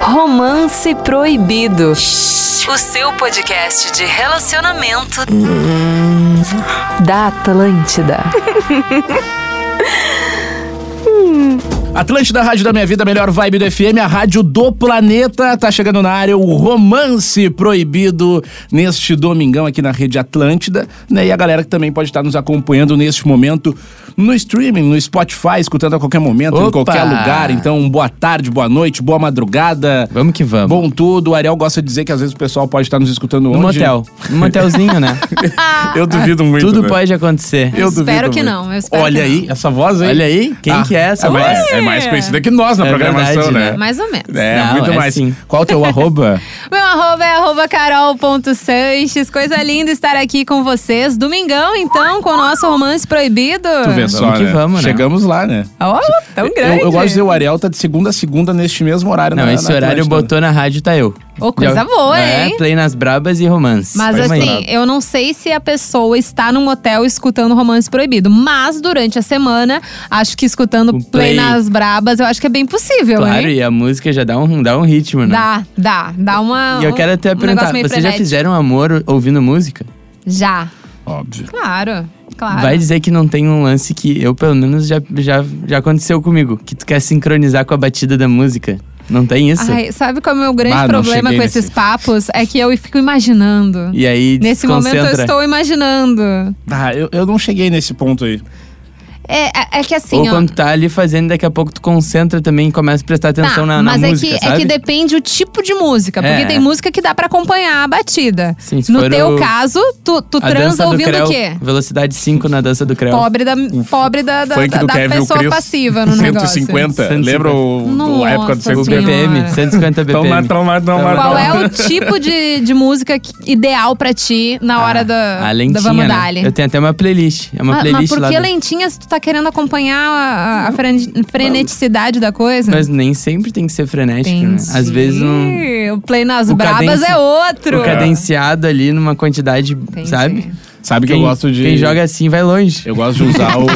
Romance Proibido. O seu podcast de relacionamento da Atlântida. Atlântida, Rádio da Minha Vida, melhor vibe do FM, a rádio do planeta. Tá chegando na área o Romance Proibido neste domingão aqui na Rede Atlântida, né? E a galera que também pode estar nos acompanhando neste momento no streaming, no Spotify, escutando a qualquer momento, em Opa! qualquer lugar. Então, boa tarde, boa noite, boa madrugada. Vamos que vamos. Bom tudo. O Ariel gosta de dizer que às vezes o pessoal pode estar nos escutando no onde? motel. No motelzinho, né? Eu duvido muito. Tudo né? pode acontecer. Eu duvido Espero que muito. não, eu espero Olha que aí, essa voz aí. Olha aí, quem que é essa é voz? mais, é mais conhecida que nós na É programação, verdade, né? né? Mais ou menos. É, Não, muito é mais. sim. Qual o teu arroba? Meu arroba é arroba carol.sanches. Coisa linda estar aqui com vocês. Domingão, então, com o nosso romance proibido. Tu vê só, que né? vamos, né? Chegamos lá, né? Ó, tão grande. Eu, eu gosto de dizer, o Ariel tá de segunda a segunda neste mesmo horário. Não, na- esse na horário Atlântida. botou na rádio, tá eu. Ô, coisa Já- boa, É, tá hein? Play nas brabas e romance. Mas Pode assim, mandar. eu não sei se a pessoa está num hotel escutando romance proibido. Mas durante a semana, acho que escutando O play. play. nas brabas, eu acho que é bem possível, Claro, hein? e a música já dá um, dá um ritmo, né? Dá, dá, dá uma. E eu quero até um perguntar, negócio meio vocês já frenético. fizeram amor ouvindo música? Já, né? Óbvio. claro, claro. Vai dizer que não tem um lance que eu, pelo menos, já, já, já aconteceu comigo. Que tu quer sincronizar com a batida da música. Não tem isso? Ai, sabe qual é o meu grande Ah, não problema cheguei com nesse- esses papos? É que eu fico imaginando. E aí Nesse desconcentra. momento eu estou imaginando. Ah, eu, eu não cheguei nesse ponto aí. É, é, é que assim, Ou ó. quando tá ali fazendo, daqui a pouco tu concentra também e começa a prestar Tá, atenção na, na mas música, é, que, é sabe? que depende o tipo de música. Porque É. tem música que dá pra acompanhar a batida. Sim, se no for teu o- caso, tu, tu a dança transa do ouvindo Creu, o quê? Velocidade 5 na dança do Creu. Pobre da, pobre da, da, Funk da, do da Kevin pessoa Cris, passiva no 150. negócio. Lembra o, o- a época do Nossa O 150? Senhora. BPM, 150 Tão lá, BPM. tão lá, tão lá, tão negócio. Qual lá. é o tipo de, de música que- ideal pra ti na hora da, Ah, a lentinha, da Vamos né? Dali? Eu tenho até uma playlist. É uma Mas, mas playlist por lá. que do- lentinha se tu tá querendo acompanhar a, a- a frene- freneticidade da coisa? Mas nem sempre tem que ser frenético, né? Entendi. Às vezes um, O play nas o brabas cadenci- é outro. o cadenciado ali numa quantidade, Entendi. sabe? Sabe que Quem- eu gosto de. Quem joga assim vai longe. Eu gosto de usar o.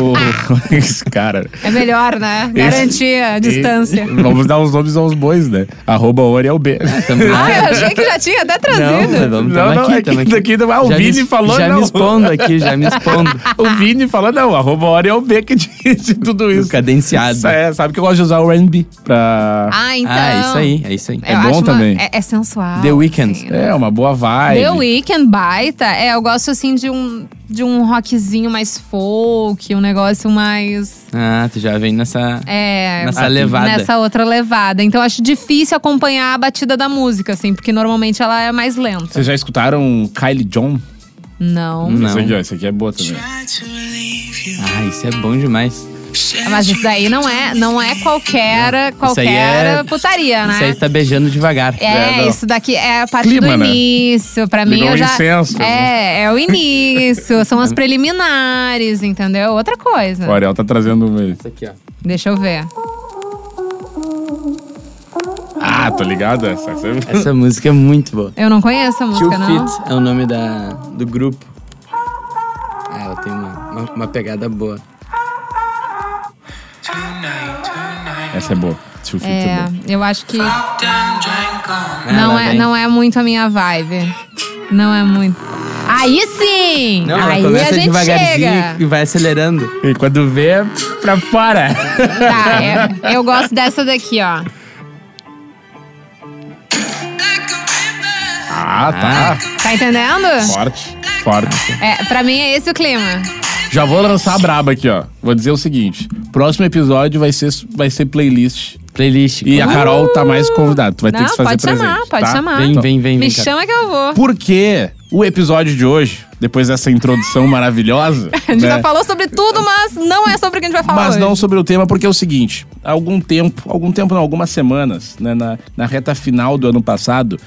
Esse cara. É melhor, né? Esse- Garantir a distância. Vamos dar os nomes aos bois, né? Arroba o Ariel B. Também. Ah, eu achei que já tinha até Não, trazido. mas vamos Não, tamo não, aqui, é tamo que aqui. daqui- ah, o já me Vini es- falou, Já não. me expondo aqui, já me expondo. O Vini fala, não, arroba hora é o B que disse tudo isso. cadenciado. Sa- é, sabe que eu gosto de usar o R&B pra... Ah, então. Ah, é isso aí, é isso aí. Eu bom acho uma- também. é, é sensual. The Weeknd. Tá assim, né? é, uma boa vibe. The Weeknd, baita. É, eu gosto assim de um, de um rockzinho mais folk, um negócio mais. Ah, tu já vem nessa. É, Nessa levada. Nessa outra levada. Então eu acho difícil acompanhar a batida da música, assim, porque normalmente ela é mais lenta. Vocês já escutaram Kylie John? Não. Não. Esse aqui, ó, esse aqui é boa também. Ah, isso é bom demais. Mas isso daí não é, não é qualquer, qualquer é- putaria, né? Isso aí tá beijando devagar. Tá É, É, não. isso daqui é a parte Clima, do né? início. Pra mim, Ligou eu o já. incenso. É, é o início. são as preliminares, entendeu? Outra coisa. O Ariel tá trazendo uma aí. Isso aqui, ó. Deixa eu ver. Ah, tô ligado? Essa, essa... Essa música é muito boa. Eu não conheço a Two música, não. Fit é o nome da, do grupo. Ah, ela tem uma, uma, uma pegada boa. essa é boa. Two Feet é, É, boa. eu acho que Ah, não lá é, vem. não é muito a minha vibe. Não é muito. Aí sim! Não, ela Aí a começa gente devagarzinho chega. e vai acelerando. E quando vê, é pra fora. Tá, é, eu gosto dessa daqui, ó. Ah, tá. Tá entendendo? Forte, forte. É, pra mim é esse o clima. Já vou lançar a braba aqui, ó. Vou dizer o seguinte. Próximo episódio vai ser, vai ser playlist. Playlist. E a Carol tá mais convidada. Tu vai ter Não, que se fazer pode presente. chamar, pode tá? chamar. Vem, vem, vem, Me vem. cara. chama que eu vou. Porque o episódio de hoje, depois dessa introdução maravilhosa, A gente né, já falou sobre tudo, mas não é sobre o que a gente vai falar mas hoje. não sobre o tema, porque é o seguinte: há algum tempo, algum tempo não, algumas semanas, né, na, na reta final do ano passado,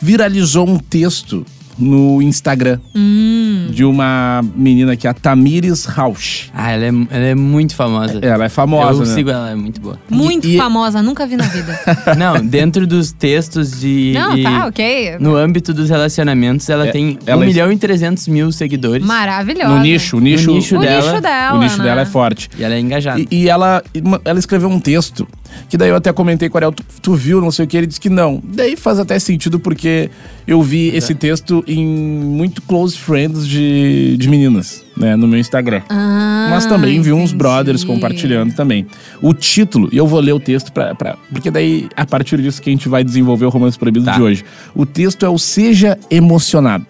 viralizou um texto no Instagram Hum. de uma menina que é a Tamires Rausch. Ah, ela é, ela é muito famosa. Ela é famosa, Eu né? sigo ela, é muito boa. Muito E- e- famosa, nunca vi na vida. Não, dentro dos textos de. não, e tá, ok. No âmbito dos relacionamentos, ela É, tem ela 1 é- milhão e 300 mil seguidores. Maravilhosa. No nicho, o nicho, nicho O dela, nicho dela. o nicho dela né? é forte. E ela é engajada. E, e ela, ela escreveu um texto Que daí eu até comentei com o Ariel, tu, tu viu, não sei o que, ele disse que não. Daí faz até sentido, porque eu vi é. esse texto em muito close friends de, de meninas, né, no meu Instagram. Ah, Mas também vi uns entendi. brothers compartilhando também. O título, e eu vou ler o texto pra, pra- Porque daí, a partir disso, que a gente vai desenvolver o romance proibido Tá. de hoje. O texto é o Seja Emocionado.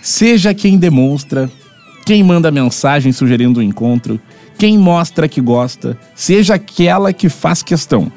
Seja quem demonstra, quem manda mensagem sugerindo o encontro, quem mostra que gosta, seja aquela que faz questão.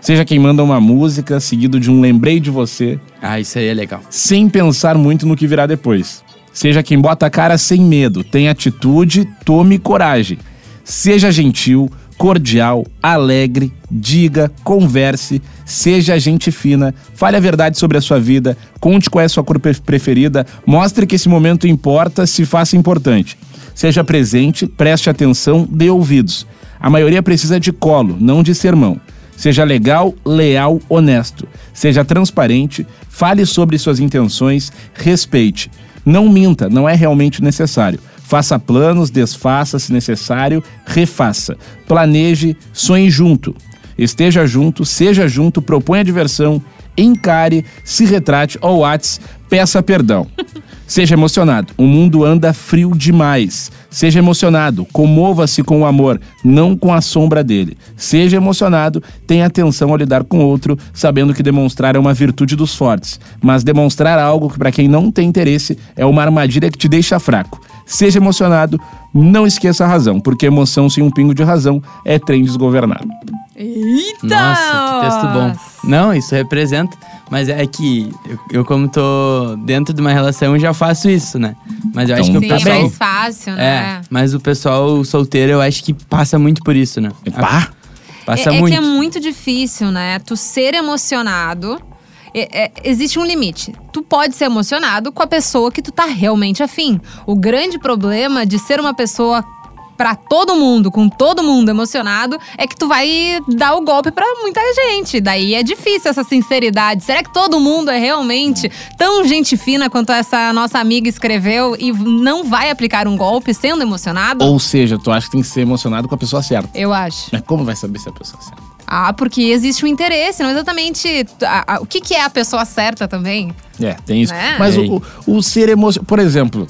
Seja quem manda uma música seguido de um lembrei de você, Ah, isso aí é legal. sem pensar muito no que virá depois. Seja quem bota a cara sem medo, tem atitude, tome coragem. Seja gentil, cordial, alegre, diga, converse, seja gente fina, fale a verdade sobre a sua vida, conte qual é a sua cor pre- preferida, mostre que esse momento importa, se faça importante. Seja presente, preste atenção, dê ouvidos. A maioria precisa de colo, não de sermão. Seja legal, leal, honesto. Seja transparente, fale sobre suas intenções, respeite. Não minta, não é realmente necessário. Faça planos, desfaça se necessário, refaça. Planeje, sonhe junto. Esteja junto, seja junto, proponha diversão, encare, se retrate ou whats, peça perdão. Seja emocionado. O mundo anda frio demais. Seja emocionado. Comova-se com o amor, não com a sombra dele. Seja emocionado. Tenha atenção ao lidar com o outro, sabendo que demonstrar é uma virtude dos fortes. Mas demonstrar algo que, para quem não tem interesse, é uma armadilha que te deixa fraco. Seja emocionado. Não esqueça a razão, porque emoção sem um pingo de razão é trem desgovernado. Eita! Nossa, que texto bom. Não, isso representa. Mas é que eu, eu como tô dentro de uma relação, já faço isso, né? Mas eu acho que Então o Sim, Tá é pessoal. mais fácil, É, né? mas o pessoal solteiro eu acho que passa muito por isso, né? Pá! Passa é, é muito. que é muito difícil, né? Tu ser emocionado. é- é- existe um limite. Tu pode ser emocionado com a pessoa que tu tá realmente afim. O grande problema de ser uma pessoa pra todo mundo, com todo mundo emocionado, é que tu vai dar o golpe pra muita gente. Daí é difícil essa sinceridade. Será que todo mundo é realmente tão gente fina quanto essa nossa amiga escreveu e não vai aplicar um golpe sendo emocionado? Ou seja, tu acha que tem que ser emocionado com a pessoa certa. Eu acho. Mas como vai saber se é a pessoa certa? Ah, porque existe um interesse, não exatamente a- a- o que, que é a pessoa certa também. É, tem isso. Né? Mas Tem. o, o, o ser emocionado. Por exemplo,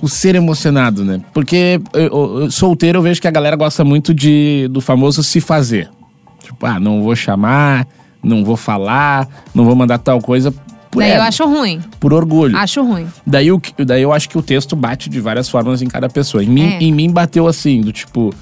o ser emocionado, né? Porque eu- eu- eu- solteiro eu vejo que a galera gosta muito de, do famoso se fazer. Tipo, ah, não vou chamar, não vou falar, não vou mandar tal coisa. Por, Daí é, né? Hum. eu acho ruim. por orgulho. Acho ruim. Daí, o, que- daí eu acho que o texto bate de várias formas em cada pessoa. Em mim, É. em mim bateu assim, do tipo.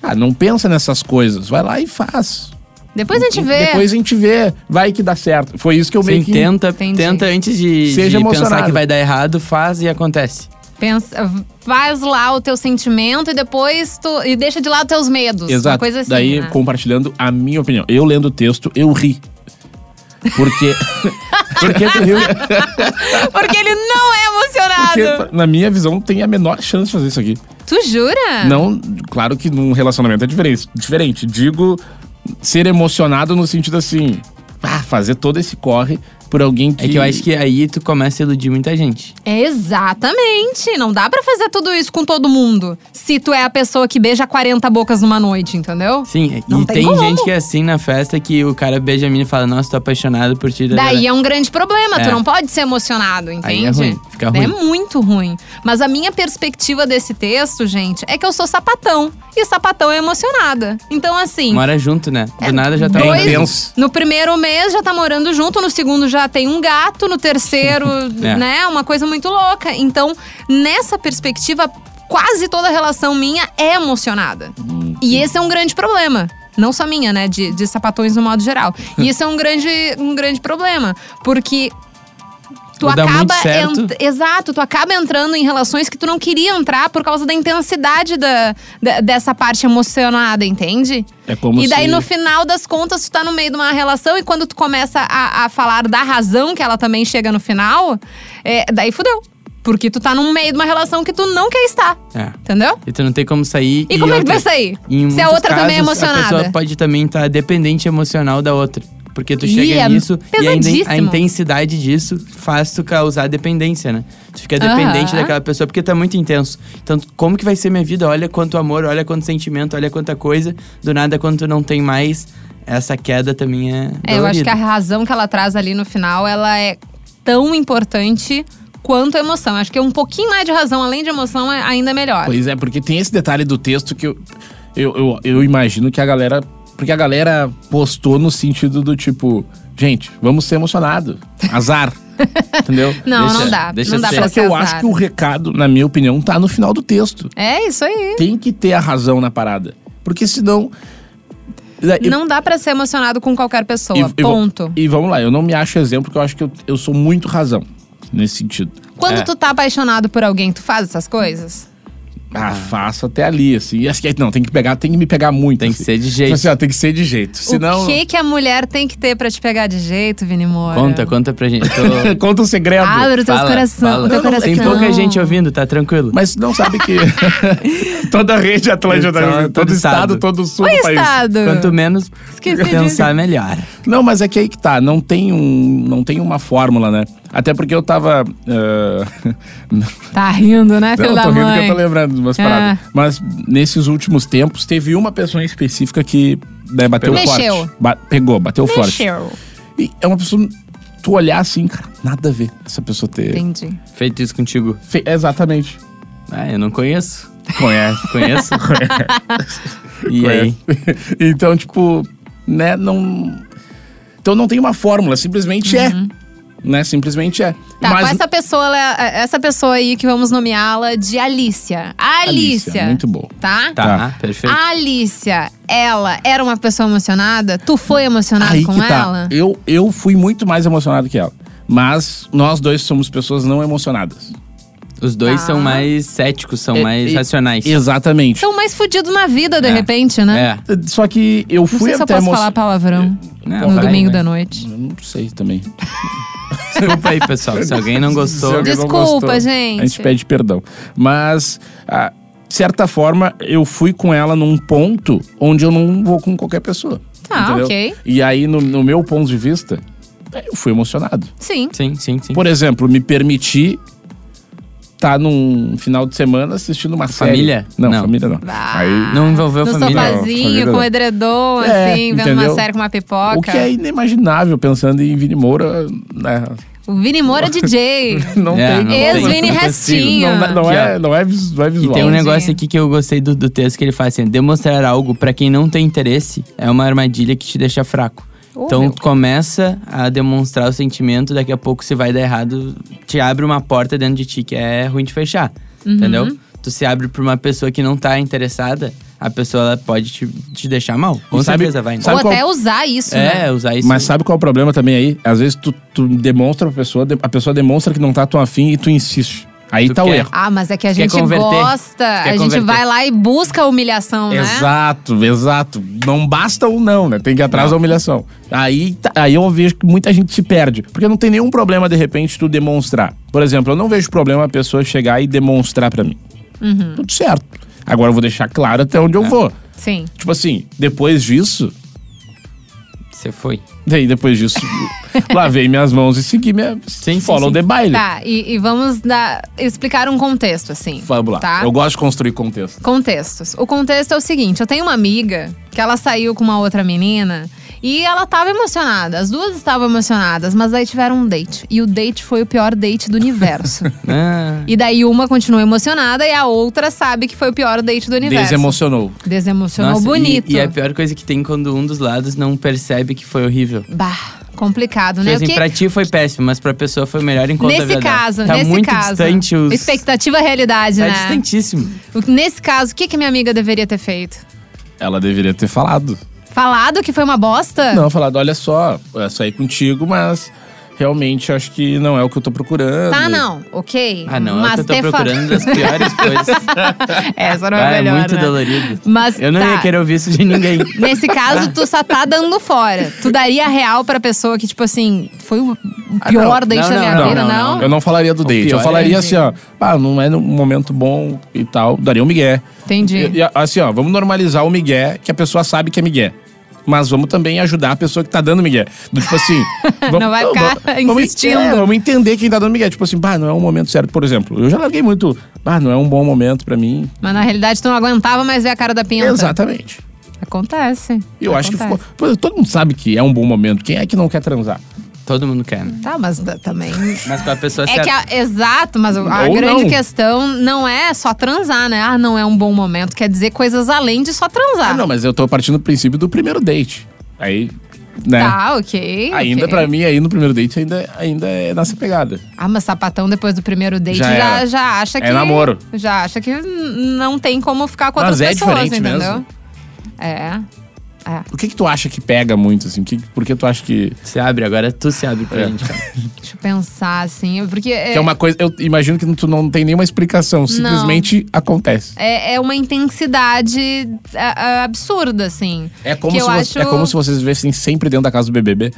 Ah, não pensa nessas coisas. Vai lá e faz. Depois a gente vê. Hum, Depois a gente vê. Vai que dá certo. Foi isso que eu meio Sim, que tenta, Entendi. tenta antes de, Seja de pensar emocionado. que vai dar errado, faz e acontece. Pensa, faz lá o teu sentimento e depois tu. E deixa de lado teus medos. Uma Exato. coisa assim. Daí, né? compartilhando a minha opinião. Eu lendo o texto, eu ri. Porque. porque tu riu. Porque ele não é emocionado. Porque, na minha visão, não tem a menor chance de fazer isso aqui. Tu jura? Não, claro que num relacionamento é diferente. diferente. Digo ser emocionado no sentido assim. ah, fazer todo esse corre por alguém que. É que eu acho que aí tu começa a iludir muita gente. É exatamente. Não dá pra fazer tudo isso com todo mundo. Se tu é a pessoa que beija 40 bocas numa noite, entendeu? Sim, é- Não e tem tem como. gente que é assim na festa que o cara beija a mina e fala, nossa, tô apaixonado por ti. Daí é um grande problema, É. tu não pode ser emocionado, entende? Aí é ruim, fica ruim. É muito ruim. Mas a minha perspectiva desse texto, gente, é que eu sou sapatão. E sapatão é emocionada. Então, assim. Mora junto, né? Do nada já tá dois- morando junto. é intenso. No primeiro mês já tá morando junto, no segundo já tem um gato, no terceiro, É. né? Uma coisa muito louca. Então, nessa perspectiva, quase toda relação minha é emocionada. Hum, E esse é um grande problema. Não só minha, né? De, de sapatões no modo geral. E isso é um grande, um grande problema. Porque. Tu Vou dar acaba muito certo. ent- Exato, tu acaba entrando em relações que tu não queria entrar por causa da intensidade da, da- dessa parte emocionada, entende? É como e daí, se- no final das contas, tu tá no meio de uma relação e quando tu começa a, a falar da razão que ela também chega no final, é, daí fudeu. Porque tu tá no meio de uma relação que tu não quer estar. É. Entendeu? E tu não tem como sair. E, como é que outra- vai sair? Em Se a muitos outra também é casos, A emocionada. pessoa pode também estar dependente tá emocional da outra. Porque tu Ih, chega é nisso e ainda a pesadíssimo. intensidade disso faz tu causar dependência, né? Tu fica Aham. dependente daquela pessoa porque tá muito intenso. Então, como que vai ser minha vida? Olha quanto amor, olha quanto sentimento, olha quanta coisa. Do nada, quando tu não tem mais, essa queda também é. É, eu acho dolorida. que a razão que ela traz ali no final, ela é tão importante quanto a emoção. Acho que um pouquinho mais de razão, além de emoção, é ainda melhor. Pois é, porque tem esse detalhe do texto que eu, eu, eu, eu imagino que a galera. Porque a galera postou no sentido do tipo, gente, vamos ser emocionados. Azar. Entendeu? Não, Deixa- não dá. deixa não dá ser. pra Só que ser eu azar. acho que o recado, na minha opinião, tá no final do texto. É isso aí. Tem que ter a razão na parada. Porque senão. né, Eu- Não dá pra ser emocionado com qualquer pessoa. e- e vo- ponto. E, vamos lá, eu não me acho exemplo, porque eu acho que eu, eu sou muito razão nesse sentido. Quando É. tu tá apaixonado por alguém, tu faz essas coisas? Ah, faço até ali, assim. E acho que não, tem que pegar, tem que me pegar muito. Tem que assim. ser de jeito. Assim, ó, tem que ser de jeito. Senão. O que que a mulher tem que ter pra te pegar de jeito, Vini Moura? Conta, conta pra gente. Tô... Conta o segredo. Abre o teu Fala, coração. fala. O teu coração. Tem pouca gente ouvindo, tá tranquilo. Mas não sabe que toda a rede Atlântica, Então, todo, todo estado, estado. todo o sul do Oi, país. é Estado. Quanto menos Esqueci pensar, melhor. Não, mas é que aí que tá, não tem, um, não tem uma fórmula, né? Até porque eu tava. eh, Tá rindo, né, filho Não, da tô rindo mãe? que eu tô lembrando de umas É. paradas. Mas nesses últimos tempos, teve uma pessoa em específica que né, bateu Mexeu. forte. Ba- pegou, bateu forte. Mexeu. E é uma pessoa. Tu olhar assim, cara, nada a ver essa pessoa ter. Entendi. Feito isso contigo. Fe- Exatamente. Ah, eu não conheço. Conhece. Conheço? e aí? então, tipo, né, não. Então não tem uma fórmula, simplesmente é. Né? Simplesmente é. Uhum. Tá, Mas com essa pessoa, ela- é, essa pessoa aí que vamos nomeá-la de Alicia. Alicia. Muito bom. Tá? Tá, perfeito. A Alicia, ela era uma pessoa emocionada? Tu foi emocionado Aí com que tá. ela? Eu, eu fui muito mais emocionado que ela. Mas nós dois somos pessoas não emocionadas. Os dois Tá. são mais céticos, são É, mais e- racionais. Exatamente. São mais fudidos na vida, de É. repente, né? É. Só que eu Não fui sei se eu até posso emo- falar palavrão Não, no vai, domingo vai. da noite. Eu Não sei também. Desculpa aí, pessoal. Se alguém não Se gostou. alguém não Desculpa, gostou, gente. A gente pede perdão. Mas, ah, de certa forma, eu fui com ela num ponto onde eu não vou com qualquer pessoa. Tá, entendeu? ok. E aí, no, no meu ponto de vista, eu fui emocionado. Sim. Sim, sim, sim. Por exemplo, me permiti estar num final de semana assistindo uma série. Família? Não, Não. família não. Ah, Aí, Não envolveu No a família. sofá. sofazinho, Não, com edredom, É, assim, vendo entendeu? uma série com uma pipoca. o que é inimaginável, pensando em Vini Moura, né? O Vini Moura é DJ. Não tem É, não como, tem. né? Ex-Vini não consigo. Restinho. Não, não é, não, é, vis- não é E visual. tem um Entendi. negócio aqui que eu gostei do, do texto que ele faz assim: demonstrar algo pra quem não tem interesse é uma armadilha que te deixa fraco. Oh, então meu. tu começa a demonstrar o sentimento, daqui a pouco se vai dar errado, te abre uma porta dentro de ti que é ruim de fechar. Uhum. Entendeu? Tu se abre pra uma pessoa que não tá interessada, a pessoa ela pode te, te deixar mal. Com E sabe- certeza vai. né? sabe Ou qual- até usar isso, né? É, usar isso. Mas sabe qual é o problema também aí? Às vezes tu, tu demonstra pra pessoa, de- a pessoa demonstra que não tá tão afim e tu insiste. Aí Tu tá o quer- erro. Ah, mas é que a Quer gente converter? gosta. Quer a gente converter? vai lá e busca a humilhação, né? Exato, exato. Não basta ou não, né? Tem que ir atrás da humilhação. Aí, tá- aí eu vejo que muita gente se perde. Porque não tem nenhum problema, de repente, tu demonstrar. Por exemplo, eu não vejo problema a pessoa chegar e demonstrar pra mim. Uhum. Tudo certo. Agora eu vou deixar claro até onde eu É. vou. Sim. Tipo assim, depois disso, Você foi. daí depois disso, lavei minhas mãos e segui minha Sim, sim, follow sim. the baile. Tá, e, e vamos dar- explicar um contexto, assim. Vamos lá. Tá? Eu gosto de construir contexto. Contextos. O contexto é o seguinte: eu tenho uma amiga que ela saiu com uma outra menina e ela tava emocionada. As duas estavam emocionadas, mas aí tiveram um date. E o date foi o pior date do universo. Ah, e daí uma continua emocionada e a outra sabe que foi o pior date do universo. Desemocionou. Desemocionou nossa, e- bonito. E, é a pior coisa que tem quando um dos lados não percebe que foi horrível. Bah, complicado, Tipo né? assim, Porque- pra ti foi péssimo, mas pra pessoa foi o melhor encontro da Nesse vida dela. caso, tá nesse muito caso. distante os... Expectativa realidade, Tá né? distantíssimo. O- Nesse caso, o que, que minha amiga deveria ter feito? Ela deveria ter falado. Falado que foi uma bosta? Não, falado, olha só, eu saí contigo, mas realmente acho que não é o que eu tô procurando. Tá, não, ok. Ah, não, Mas eu tô ter fa- procurando as piores coisas. Essa não é Ah, é melhor, muito né? dolorido. Mas Eu não tá. ia querer ouvir isso de ninguém. Nesse caso, tu só tá dando fora. Tu daria real pra pessoa que, tipo assim, foi o o pior date Ah, Não, da não, minha não, vida, não, Tá não? Eu não falaria do date. pior Eu falaria é- assim, ó, ah, não é num momento bom e tal, daria um migué. Entendi. E- e assim, ó, vamos normalizar o migué, que a pessoa sabe que é migué. mas vamos também ajudar a pessoa que tá dando migué. Do tipo assim. Não vai ficar insistindo. é, vamos entender quem tá dando migué. Tipo assim, bah, não é um momento certo. Por exemplo, eu já larguei muito. Bah, não é um bom momento pra mim. Mas na realidade tu não aguentava mais ver a cara da pinhota. Exatamente. Acontece. Eu acho que Acontece. ficou. Pô, Todo mundo sabe que é um bom momento. Quem é que não quer transar? Todo mundo quer, né? Tá, mas da- também. Mas com a pessoa É que certa. a- exato, mas a Ou grande não. questão não é só transar, né? Ah, não é um bom momento. Quer dizer coisas além de só transar. Ah, não, mas eu tô partindo do princípio do primeiro date. Aí, né? Tá, ok. Ainda ok. pra mim, aí no primeiro date, ainda, ainda é nessa pegada. Ah, mas sapatão depois do primeiro date Já já, já, era. acha É que. namoro. Já acha que n- não tem como ficar com Mas outras é pessoas, diferente entendeu? mesmo. É. É. O que que tu acha que pega muito, assim? Que, por que tu acha que... Se abre, agora tu se abre pra É. gente. cara. Deixa eu pensar, assim. Porque. que é uma coisa... Eu imagino que tu não tem nenhuma explicação. Simplesmente acontece. É, é uma intensidade a- a- absurda, assim. É como, que se eu vo- acho... é como se vocês vivessem sempre dentro da casa do BBB.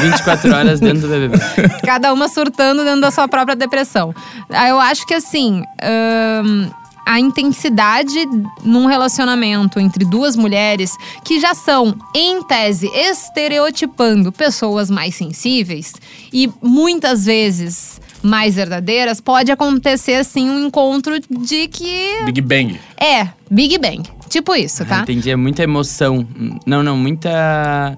24 horas dentro do BBB. Cada uma surtando dentro da sua própria depressão. Ah, Eu acho que, assim. ahn, a intensidade num relacionamento entre duas mulheres que já são, em tese, estereotipando pessoas mais sensíveis e muitas vezes mais verdadeiras, pode acontecer, assim, um encontro de que. Big Bang. É, Big Bang. Tipo isso, Ah, tá? Entendi, é muita emoção. Não, não, muita.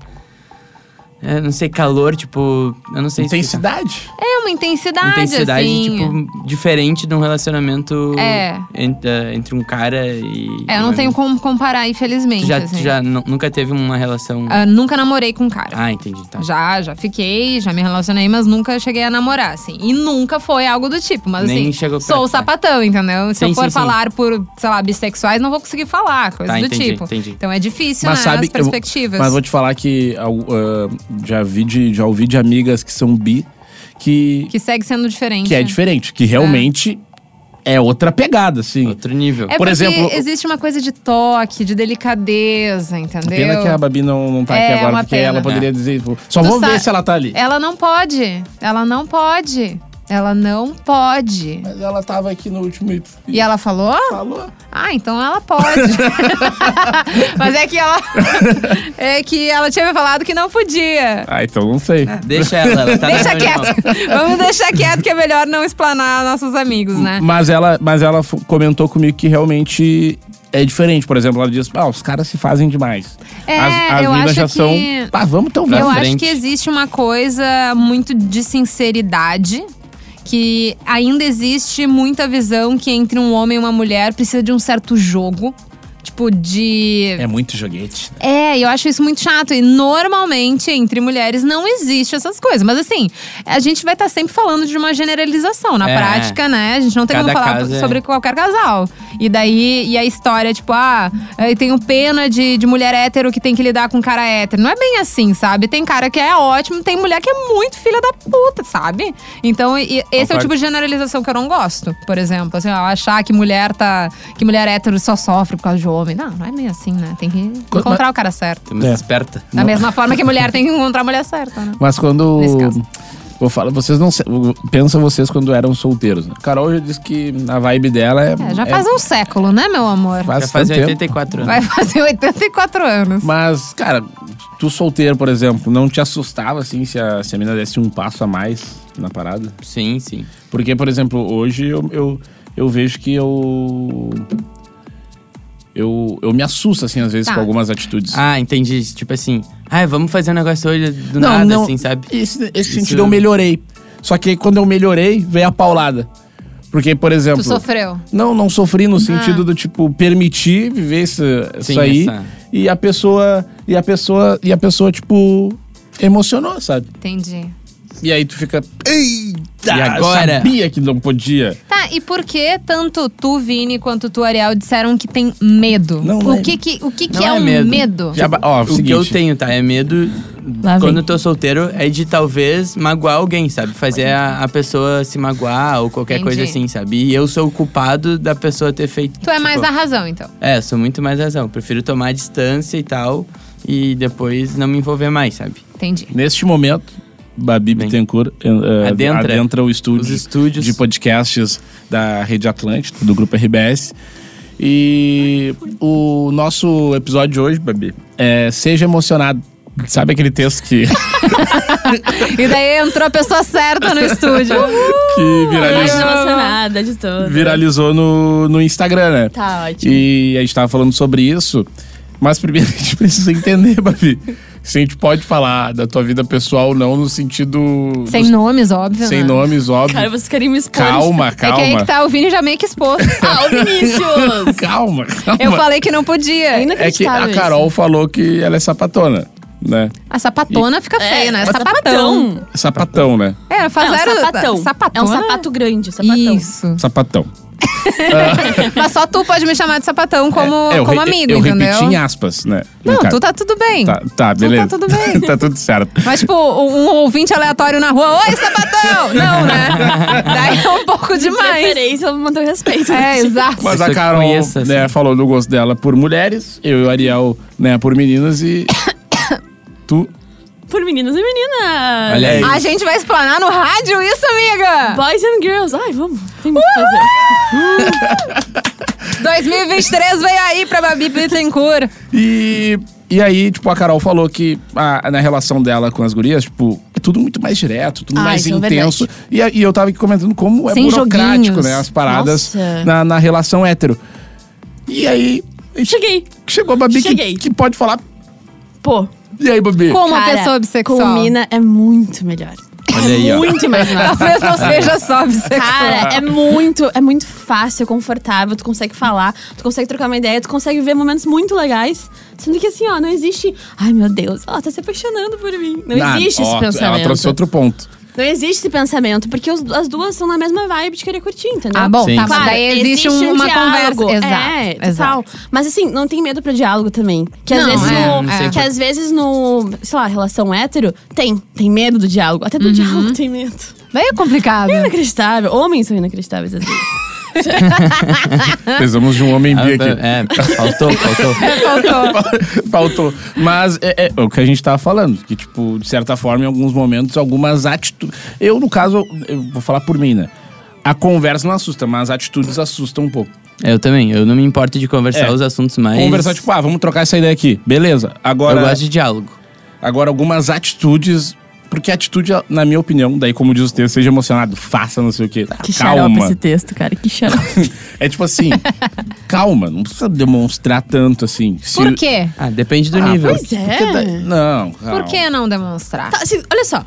é, não sei, calor, tipo. Eu não sei explicar. Intensidade. É uma intensidade, Intensidade, assim. tipo, diferente de um relacionamento É. ent- é, entre, um cara e. É, eu não uma- tenho como comparar, Tu infelizmente. já, tu assim. já nu- nunca teve uma relação. Ah, nunca namorei com um cara. Ah, entendi, tá. Já, já fiquei, já me relacionei, mas nunca cheguei a namorar, assim. E nunca foi algo do tipo, mas Nem assim, chegou perto, sou o né? sapatão, entendeu? Se Sim, eu for sim, sim. falar por, sei lá, bissexuais, não vou conseguir falar, coisa Tá, do entendi, tipo. entendi. Então é difícil, Mas né, sabe... as perspectivas. Eu, mas vou te falar que... ah, o, ah, já, vi de, já ouvi de amigas que são bi, que... Que segue sendo diferente. Que é diferente. Que realmente Ah. é outra pegada, assim. Outro nível. É Por porque exemplo, existe uma coisa de toque, de delicadeza, entendeu? Pena que a Babi não, não tá É, aqui agora, uma porque pena. ela poderia dizer. tipo, Só Tu vamos sa- É. ver se ela tá ali. Ela não pode. Ela não pode. Ela não pode. Mas ela tava aqui no último e E ela falou? falou. Ah, então ela pode. Mas é que ela. É que ela tinha me falado que não podia. Ah, então não sei. É. Deixa ela, ela tá na Deixa reunião. quieto. Vamos deixar quieto que é melhor não explanar nossos amigos, né? Mas ela, mas ela f- comentou comigo que realmente é diferente. Por exemplo, ela diz: ah, os caras se fazem demais. É, as as eu minas acho já que- são. Ah, vamos então ver. Eu acho frente. que existe uma coisa muito de sinceridade. Que ainda existe muita visão que entre um homem e uma mulher precisa de um certo jogo. Tipo, de. É muito joguete. É, eu acho isso muito chato. E normalmente, entre mulheres, não existe essas coisas. Mas assim, a gente vai estar sempre falando de uma generalização. Na É. prática, né? A gente não tem Cada como falar caso é- sobre qualquer casal. E daí, e a história, tipo, ah, eu tenho pena de, de mulher hétero que tem que lidar com cara hétero. Não é bem assim, sabe? Tem cara que é ótimo, tem mulher que é muito filha da puta, sabe? Então, e- esse é o Concordo. tipo de generalização que eu não gosto, por exemplo. Assim, ó, achar que mulher tá. que mulher hétero só sofre por causa de homem. Não, não é bem assim, né? Tem que Co- encontrar o cara certo. Estamos É. Tá esperta. Da mesma forma que mulher tem que encontrar a mulher certa, né? Mas quando. Nesse caso. Vou falar, vocês não. se- Pensa vocês quando eram solteiros. né? Carol já disse que a vibe dela é. É, já faz um século, né, meu amor? faz Já faz tanto tempo. 84 anos. Vai fazer 84 anos. Mas, cara, tu solteiro, por exemplo, não te assustava, assim, se a, se a mina desse um passo a mais na parada? Sim, sim. Porque, por exemplo, hoje eu, eu, eu vejo que eu, eu. Eu me assusto, assim, às vezes, Tá. com algumas atitudes. Ah, entendi. Tipo assim, ah, vamos fazer um negócio hoje do nada, assim, sabe? Esse, esse Isso- sentido eu melhorei. Só que aí, quando eu melhorei, veio a paulada. Porque, por exemplo. Tu sofreu. Não, não sofri no sentido do tipo permitir viver isso, Ah. Sim, isso aí essa- e a pessoa e a pessoa e a pessoa tipo emocionou, sabe? Entendi. E aí tu fica, eita, E agora? Tipo, sabia que não podia. Tá, e por que tanto tu, Vini, quanto tu, Ariel, disseram que tem medo? Não, não o é- que que, o que, que Não é, é um medo. medo? Já ba- ó, O que seguinte, eu tenho, tá? É medo. Lá vem. Quando eu tô solteiro, é de talvez magoar alguém, sabe? Fazer a, a pessoa se magoar ou qualquer coisa Entendi. assim, sabe? E eu sou o culpado da pessoa ter feito. Tu é mais tipo, da razão, então. É, sou muito mais razão. Prefiro tomar a distância e tal. E depois não me envolver mais, sabe? Entendi. neste momento Babi Bem. Bittencourt eh, Adentra. adentra o estúdio Os estúdios. de podcasts da Rede Atlântica, do grupo RBS. E o nosso episódio de hoje, Babi, é Seja Emocionado. Sabe aquele texto que, E daí entrou a pessoa certa no estúdio. que Uh, Eu tô viralizou, emocionada de tudo. viralizou no, no Instagram, né? Tá ótimo. E a gente tava falando sobre isso, mas primeiro a gente precisa entender, Babi, se a gente pode falar da tua vida pessoal ou não, no sentido. Sem dos- nomes, óbvio. sem né? nomes, óbvio. Cara, vocês querem me expor. calma, É que aí calma. que tá o Vini já meio que expôs. Ah, o Vinícius! Calma, calma. Eu falei que não podia. Ainda é que a Carol falou que ela é sapatona, né? A sapatona fica feia, né? Sapatão. É, sapatão. Sapatão, né? É, faz Não, zero. sapatão. Sapatona. É um sapato grande, sapatão. Isso. Sapatão. Mas só tu pode me chamar de sapatão como, É, eu como re- amigo, eu entendeu? repeti em aspas, né? No Não, caso. tu tá tudo bem. Tá, tá, Tu beleza. tá tudo bem. tá tudo certo. Mas, tipo, um ouvinte aleatório na rua, oi, sapatão! Não, né? Daí é um pouco demais. Preferência, manter o respeito. É, exato. Mas Pessoa a que Carol conheça, né, assim. falou do gosto dela por mulheres, eu e o Ariel, né, por meninas e. tu. é Por meninos e meninas. Olha aí. A gente vai explanar no rádio isso, amiga! Boys and girls. Ai, vamos. Tem muito o que fazer. 2023 vem aí pra Babi Bittencourt. E. E aí, tipo, a Carol falou que a- na relação dela com as gurias, tipo, é tudo muito mais direto, tudo Ah, mais isso é intenso. e, a- e eu tava aqui comentando como é Sem burocrático, joguinhos. né? As paradas Nossa. na, na relação hétero. E aí. a gente- Cheguei. Chegou a Babi que, Cheguei. que pode falar. Pô, E aí, Babi? Com uma Cara, pessoa bissexual. com mina é muito melhor. Olha aí, ó. Muito mais massa. Talvez não seja só bissexual. Cara, é muito, é muito fácil, é confortável, tu consegue falar, tu consegue trocar uma ideia, tu consegue ver momentos muito legais. Sendo que assim, ó, não existe. Ai, meu Deus, ela tá se apaixonando por mim. Não Ah, existe ó, esse Ela trouxe pensamento. outro ponto. Não existe esse pensamento, porque os- as duas são na mesma vibe de querer curtir, entendeu? Ah, bom, Sim. tá, mas Claro, daí existe, um- uma diálogo, conversa. é, Exato, total. exato. Mas assim, não tem medo pro diálogo também. Que às Não, vezes é, no. é. Que às vezes no, sei lá, relação hétero, tem. Tem medo do diálogo. Até do Uhum. diálogo tem medo. Daí é complicado. Inacreditável. Homens são inacreditáveis às vezes. Precisamos de um homem bi aqui. É, faltou, faltou. Faltou. Faltou. Mas é, é o que a gente tava falando, que, tipo, de certa forma, em alguns momentos, algumas atitudes. Eu, no caso, eu vou falar por mim, né? A conversa não assusta, mas as atitudes assustam um pouco. Eu também. Eu não me importo de conversar É. os assuntos mais. Conversar, tipo, ah, vamos trocar essa ideia aqui. Beleza. Agora, Eu gosto de diálogo. agora algumas atitudes. Porque a atitude, na minha opinião, daí como diz o texto, seja emocionado, faça não sei o quê. Tá, Que xarope Calma. esse texto, cara. Que xarope. É tipo assim, calma, não precisa demonstrar tanto assim. Se- Por quê? Ah, depende do Ah, nível. pois é. porque daí- Não, calma. Por que não demonstrar? Tá, assim, olha só.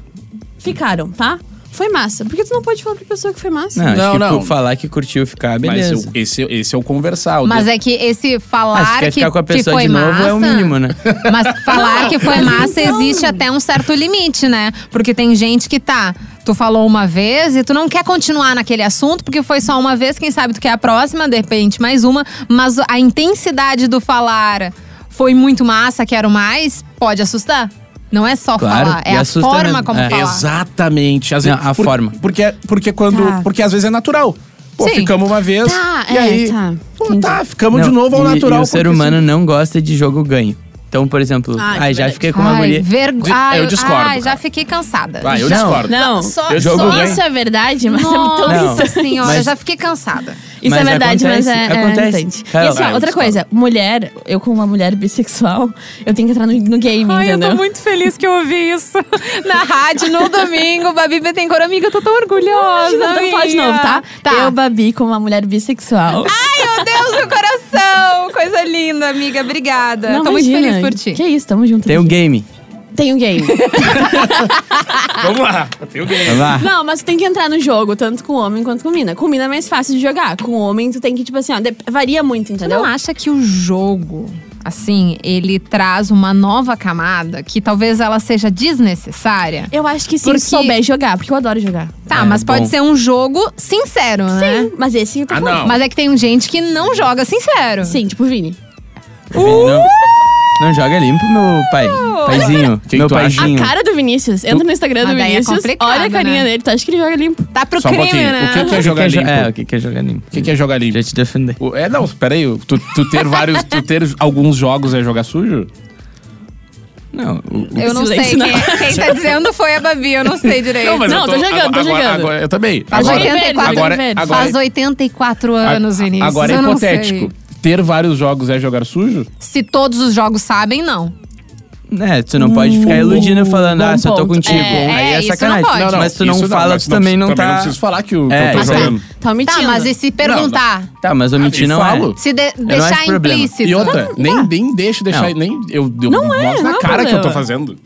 Ficaram, tá? Foi massa. Por que tu não pode falar pra pessoa que foi massa? Não, acho Não, que não. por falar que curtiu ficar, Mas beleza. eu- esse, esse é o conversar. o Mas é que esse Ah, se falar quer que, ficar com a que pessoa foi de novo massa, é o mínimo, né? Mas falar que foi massa existe até um certo limite, né? Porque tem gente que tá. Tu falou uma vez e tu não quer continuar naquele assunto, porque foi só uma vez, quem sabe tu quer a próxima, de repente mais uma. Mas a intensidade do falar foi muito massa, quero mais, pode assustar. Não é só Claro, falar, é e a assusta forma mesmo, como é. falar. Exatamente. Às Não, vezes- a forma. Porque, porque quando. Tá. Porque às vezes é natural. Pô, Sim. ficamos uma vez. Tá, e é, aí. tá. pô, Entendi. tá, ficamos Não, de novo ao e- natural. E o ser porque humano assim- não gosta de jogo ganho. Então, por exemplo, Ah, isso ah, é já verdade. fiquei com uma Ai, mulher. vergo- De- Ai, eu discordo, Ai, já cara. fiquei cansada. Ah, eu Não. discordo. Não, Só- só, Eu jogo só bem. isso é verdade, mas é tão Nossa Não. senhora, Mas- já fiquei cansada. Isso Mas é verdade, acontece, mas é. é acontece. irritante. Cara, e assim, ó, vai, eu outra discordo. coisa, mulher, eu como uma mulher bissexual, eu tenho que entrar no, no game, Ai, eu entendeu? tô muito feliz que eu ouvi isso na rádio no domingo. Babi Betencourt, amiga, eu tô tão orgulhosa. Imagina, então fala de amiga. novo, tá? Ah, Tá. Eu, Babi, como uma mulher bissexual. Ai, meu Deus do coração! Coisa linda, amiga. Obrigada. Não, tô imagina. muito feliz por ti. Que isso, tamo junto. um Tem o game. Tem um game. Vamos lá. Tem alguém. Vai lá. Não, mas tu tem que entrar no jogo, tanto com homem quanto com mina. Com mina é mais fácil de jogar. Com homem, tu tem que, tipo assim, ó, de- varia muito, Tu entendeu? não acha que o jogo, assim, ele traz uma nova camada que talvez ela seja desnecessária? Eu acho que se Porque- souber jogar, porque eu adoro jogar. Tá, É, mas pode bom. ser um jogo sincero, né? Sim, mas esse eu tô Ah, falando. não. Mas é que tem gente que não joga sincero. Sim, tipo o Vini. Não, não joga limpo, meu pai. Paizinho. Quem meu tu acha? A paizinho. cara do Vinícius. Entra no Instagram Mas do daí é Vinícius. complicado, olha a carinha né? dele. Tu acha que ele joga limpo? Tá pro Só um crime, pouquinho. né? O que, que é O que que jogar é jo- limpo? É, o que que é jogar limpo? O que, que é jogar limpo? Já te defender. O- É, não, peraí. Tu, tu ter vários. Tu ter alguns jogos é jogar sujo? Não, o, o- Eu não sei. Silêncio, Quem, quem tá dizendo foi a Babi, eu não sei direito. Não, tô jogando, tô agora- jogando. agora- eu também. Faz Agora, 84 agora, verde, agora, Faz 84 anos, Vinícius. agora é eu não hipotético. sei. Ter vários jogos é jogar sujo? Se todos os jogos sabem, não. Tá, Né, tu não pode ficar iludindo falando, ah, se eu tô contigo. É, Aí é, é isso não sacanagem. pode. Não, não, mas tu não isso fala, mas tu também não Também não tá. preciso falar que, o- que É, eu tô isso aí. jogando. Tá omitindo. Tá, mas e se perguntar? Tá, mas omitir Ah, não, eu falo. é. Se de- acho deixar problema. implícito? E outra, nem, nem deixo deixar. Não. Nem, eu eu Não é, mostro na não é cara que eu tô problema. fazendo.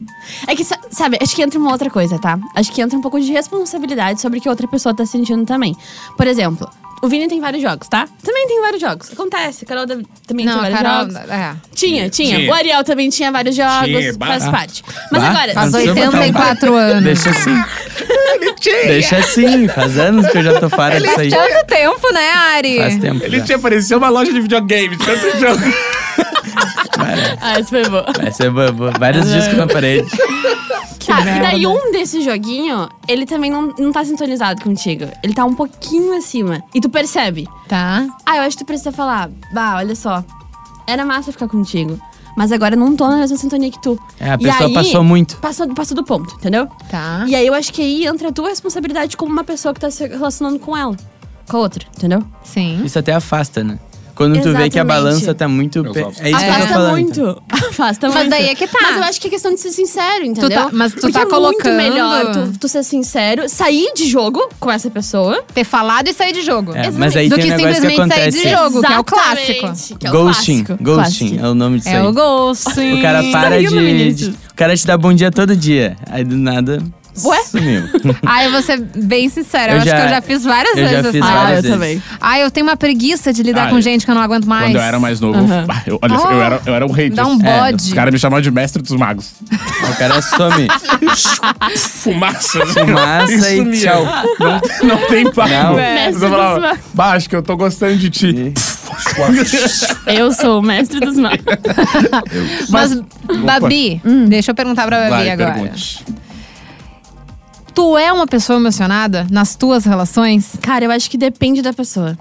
É que, sa- sabe, acho que entra uma outra coisa, tá? Acho que entra um pouco de responsabilidade sobre o que outra pessoa tá sentindo também. Por exemplo, o Vini tem vários jogos, tá? Também tem vários jogos. Acontece. Carol da- também Não, tem vários Carol. jogos. É. Tinha, tinha. Tinha. O Ariel também tinha vários jogos. Tinha, bah. faz parte. Mas Bah. agora. Faz Não precisa botar um 84 anos. Deixa assim. Deixa assim, faz anos que eu já tô fora disso aí. Tanto tempo, né, Ari? É. Faz tempo. Ele já. tinha parecido uma loja de videogame, tanto jogo. Ah, isso foi bom. Vai ser boa, boa. vários discos na parede. Tá, e daí um desse joguinho, ele também não, não tá sintonizado contigo. Ele tá um pouquinho acima. E tu percebe. Tá. Ah, eu acho que tu precisa falar. Bah, olha só. Era massa ficar contigo. Mas agora eu não tô na mesma sintonia que tu. É, a E pessoa aí, passou muito. Passou, passou do ponto, entendeu? Tá. E aí eu acho que aí entra a tua responsabilidade como uma pessoa que tá se relacionando com ela. Com a outra, entendeu? Sim. Isso até afasta, né? Quando tu vê que a Exatamente. balança tá muito. Eu pe- sofro. É isso que eu tô Afasta falando. muito. Afasta Mas muito. daí é que tá. Mas eu acho que é questão de ser sincero, entendeu? tá- mas tu Porque tá é colocando- muito melhor tu, tu ser sincero, sair de jogo com essa pessoa. Ter falado e sair de jogo. É, mas aí Do tem que um negócio que simplesmente sair de acontece. jogo, que é o Exatamente, clássico. que é o ghosting. clássico. Ghosting Clássico. é o nome disso É aí. o ghosting. O cara para rindo, de, Vinícius? de. O cara te dá bom dia todo dia. Aí do nada. Ué? Sumiu. Ai, eu vou ser bem sincera. Eu, Eu acho já- que eu já fiz várias eu já vezes fiz essa. várias Ah, eu vezes. também. Ai, eu tenho uma preguiça de lidar Ah, com gente que eu não aguento mais. Quando eu era mais novo, Aham. bah, eu, olha, eu, era, eu era um rei Dá disso. um É, bode. Os caras me chamavam de mestre dos magos. O cara some. Fumaça. né? Fumaça e sumia. tchau. é. Não, não tem papo. Não. Mas eu falava, bah, acho que eu tô gostando de ti. Eu sou o mestre dos mapas. Mas, Babi, deixa eu perguntar pra Babi Vai, agora. pergunte. Tu é uma pessoa emocionada nas tuas relações? Cara, eu acho que depende da pessoa.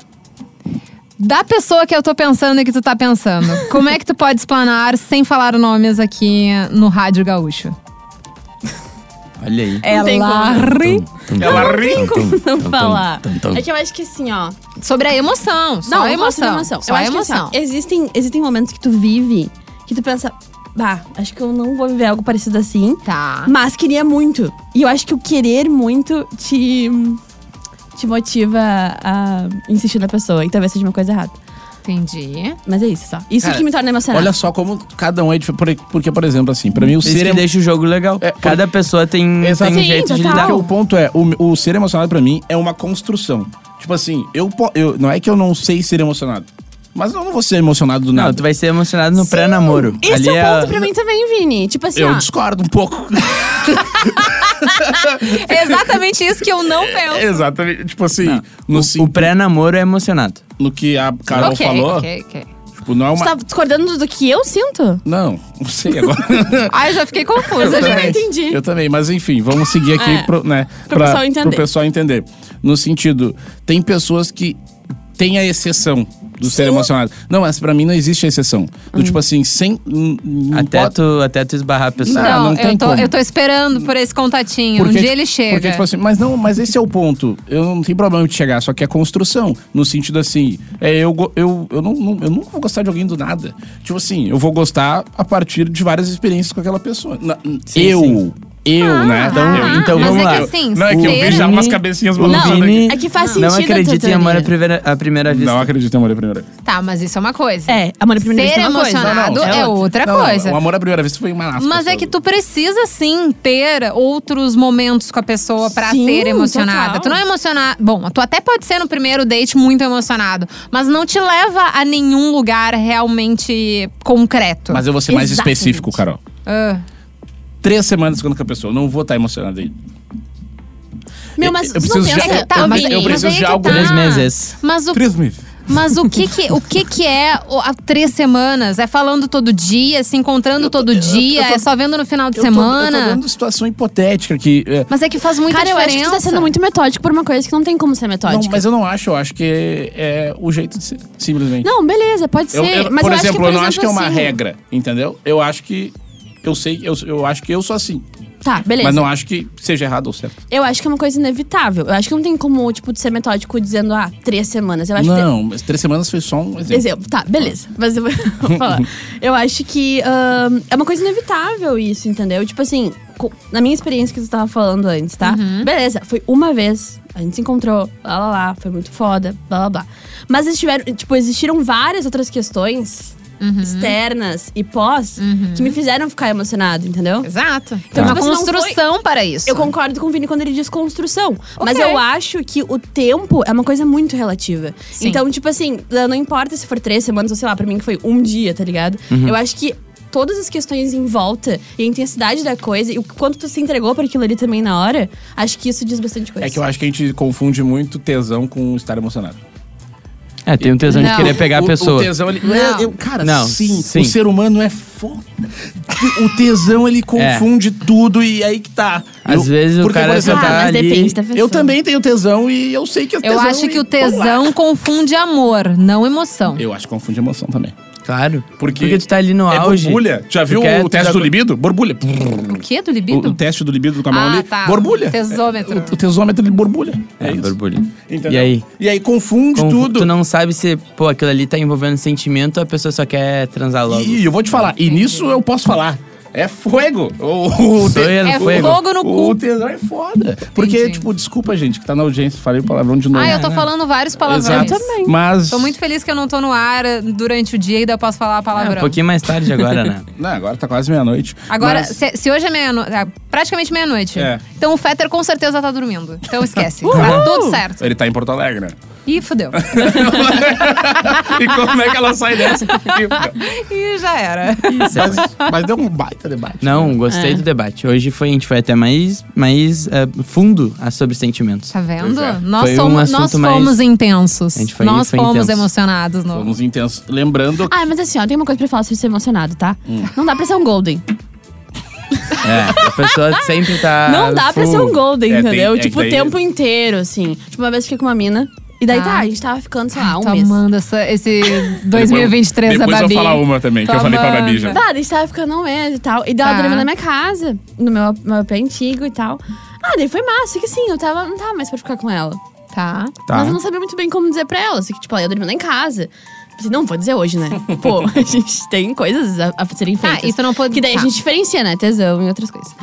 Da pessoa que eu tô pensando e que tu tá pensando. Como é que tu pode explanar sem falar nomes aqui no Rádio Gaúcho? Olha aí. É tem como. Larry. Ela ri. Não Então, falar. É que eu acho que assim, ó. Sobre a emoção. Só não, a eu falo emoção. sobre emoção. Só eu a acho emoção. Que, assim, ó, existem, existem momentos que tu vive que tu pensa, bah, acho que eu não vou viver algo parecido assim. Tá. Mas queria muito. E eu acho que o querer muito te. te motiva a insistir na pessoa. E talvez seja uma coisa errada. Entendi. Mas é isso só. Isso Cara, que me torna emocionada. Olha só como cada um é diferente. Porque, por exemplo, assim, pra mim o Isso ser que é deixa o jogo legal. É, Cada pessoa tem, tem um Exatamente. jeito de Sim, lidar. total. Hum, Porque o ponto é, o, o ser emocionado pra mim é uma construção. Tipo assim, eu, po- eu não é que eu não sei ser emocionado, mas eu não vou ser emocionado do Não, nada. tu vai ser emocionado no pré-namoro. Esse Ali é o ponto a- pra mim também, Vini. Tipo assim, eu ó. discordo um pouco. É exatamente isso que eu não penso. Exatamente. Tipo assim, no, sim- O pré-namoro é emocionado. no que a Carol ok, falou, ok, ok. tipo, não é Tu uma. tá discordando do que eu sinto? Não, não sei agora. Ai, já fiquei confusa, Eu gente. também. entendi. Eu também, mas enfim, vamos seguir aqui É, pro, né, pro pra- pessoal entender. pro pessoal entender. No sentido, tem pessoas que têm a exceção do ser emocionado. Não, mas pra mim não existe a exceção. Do Uhum. tipo assim, sem. hum, hum, Até pode- tu, até tu esbarrar a pessoa. Ah, Então, não tem eu, tô, como. eu tô esperando por esse contatinho. um dia tipo, ele chega. Porque, tipo assim, mas não, mas esse é o ponto. Eu não tenho problema de chegar, só que é construção. No sentido assim, é, eu, go- eu, eu, não, não- eu nunca vou gostar de alguém do nada. Tipo assim, eu vou gostar a partir de várias experiências com aquela pessoa. Na- eu. sim. Eu, né? Então- Ah, então mas vamos é lá. Que, assim, Não, é que eu ser- vejo já Vini- umas cabecinhas O Não, balançando Vini é que faz não sentido a tua acredita em amor teoria. à primeira, à primeira vista. Não acredito em amor à primeira vista. Tá, mas isso é uma coisa. É, amor à primeira Ser vista é uma coisa. emocionado Não, não, é outra Não, não, coisa. o amor à primeira vista foi uma aspa, Mas é sabe? que tu precisa sim ter outros momentos com a pessoa pra Sim, ser emocionada. total. Tu não é emocionada. Bom, tu até pode ser no primeiro date muito emocionado, mas não te leva a nenhum lugar realmente concreto. Mas eu vou ser mais Exatamente. específico, Carol. Ah, Três semanas ficando com a pessoa, eu não vou estar emocionado ainda. Meu, mas Eu tu não preciso pensa. já- é que tá, eu- mas- eu mas preciso aí de que algo- tá. Três Ah. meses. Mas o Três meses. Mas o que que, o que, que é o- a três semanas? É falando todo dia, se encontrando todo dia, é só vendo no final de Eu tô, eu tô semana? dando situação hipotética que. é, Mas é que faz muita Cara, eu diferença. acho que tu tá sendo muito metódico por uma coisa que não tem como ser não, metódico. Não, mas eu não acho, eu acho que é, é o jeito de ser, simplesmente. beleza, pode ser. Eu- eu- mas por exemplo, eu acho que, assim- por eu não acho que é uma assim, regra, entendeu? Eu acho que. Eu sei, eu, eu acho que eu sou assim. Tá, beleza. Mas não acho que seja errado ou certo. Eu acho que é uma coisa inevitável. Eu acho que não tem como, tipo, de ser metódico dizendo, ah, três semanas. Eu acho que. não, mas três semanas foi só um exemplo. Exemplo, tá, beleza. Mas eu vou falar. Eu acho que ahn, é uma coisa inevitável isso, entendeu? Tipo assim, co- na minha experiência que tu tava falando antes, tá? Beleza, foi uma vez, a gente se encontrou, lá lá lá, foi muito foda, blá blá blá. Mas eles tiveram, tipo, existiram várias outras questões externas e pós que me fizeram ficar emocionado, entendeu? Exato. Então, Então, uma tipo assim, não foi- construção para isso. Eu concordo com o Vini quando ele diz construção. Mas Ok. eu acho que o tempo é uma coisa muito relativa. Sim. Então, tipo assim, não importa se for três semanas ou sei lá, pra mim que foi um dia, tá ligado? Eu acho que todas as questões em volta e a intensidade da coisa e o quanto tu se entregou pra aquilo ali também na hora, acho que isso diz bastante coisa. É que eu acho que a gente confunde muito tesão com estar emocionado. É, tem um tesão Não. de querer pegar a o, pessoa. O tesão, ele. Não. É, eu- cara, Não, sim, sim. É. O ser humano é foda. O tesão, ele confunde tudo e aí que tá. Às Eu- vezes o porque, cara por exemplo, tá Ah, mas ali- depende da pessoa. Eu também tenho tesão e eu sei que é tesão. Eu acho e- que o vamos lá. tesão confunde amor, não emoção. Eu acho que confunde emoção também. Claro. Porque- Porque tu tá ali no é auge. borbulha. Já Tu viu quer- o tu teste já- do libido? Borbulha. O quê? Do O, o libido? teste do libido do camarão Ah, ali. tá. Borbulha. Tesômetro. O, o tesômetro de borbulha. É, É, isso. borbulha. Entendeu? E aí? E aí confunde Confu- tudo. Tu não sabe se, pô, aquilo ali tá envolvendo sentimento, a pessoa só quer transar logo. E eu vou te falar, e nisso eu posso falar. É fogo! O, o, Sou eu no É fogo. fogo no o, cu. tesão é foda. Porque, Entendi. tipo, desculpa, gente, que tá na audiência, falei palavrão de novo. Ah, eu né? tô falando vários palavrões. Exato. Mas. Tô muito feliz que eu não tô no ar eh, durante o dia e daí eu posso falar a É, um palavrão. pouquinho mais tarde agora, né? Não, agora tá quase meia-noite. Agora, Mas- se, se hoje é meia-noite, praticamente meia-noite, É. então o Fetter com certeza tá dormindo. Então esquece. Tá tudo certo. Ele tá em Porto Alegre, né? Ih, fudeu. e como é que ela sai dessa? Ih, já era. mas, mas deu um baita debate. Não, gostei do debate. Hoje foi, a gente foi até mais, mais eh, fundo a- sobre sentimentos. Tá vendo? Pois é. Nós, Foi um somos, nós assunto mais- fomos intensos. A gente foi- nós foi fomos intenso. emocionados. No... Vamos intensos. Lembrando. Ah, mas assim, ó, tem uma coisa pra falar sobre ser emocionado, tá? Hum. Não dá pra ser um golden. É, a pessoa sempre tá. não dá pra full. ser um golden, Ah, É, tem- entendeu? é que tipo, daí- o tempo inteiro, assim. Tipo, uma vez eu fiquei com uma mina. E daí Ah. tá, a gente tava ficando, sei lá, um Tô mês. amando Então essa, esse 2023 depois, da depois Babi. eu vou falar uma também, que Tô eu falei pra amando. Babi já. Tá, daí a gente tava ficando um mês e tal. E daí Tá. ela dormiu na minha casa, no meu, meu AP antigo e tal. Ah, daí foi massa, que assim, eu tava, não tava mais pra ficar com ela. Tá. Tá. Mas eu não sabia muito bem como dizer pra ela. Assim, que, tipo, ela ia dormir lá em casa. Pensei, não, vou dizer hoje, né? Pô, a gente tem coisas a, a serem Tá, feitas. e tu não pode- Que daí tá. a gente diferencia, né? Tesão e outras coisas.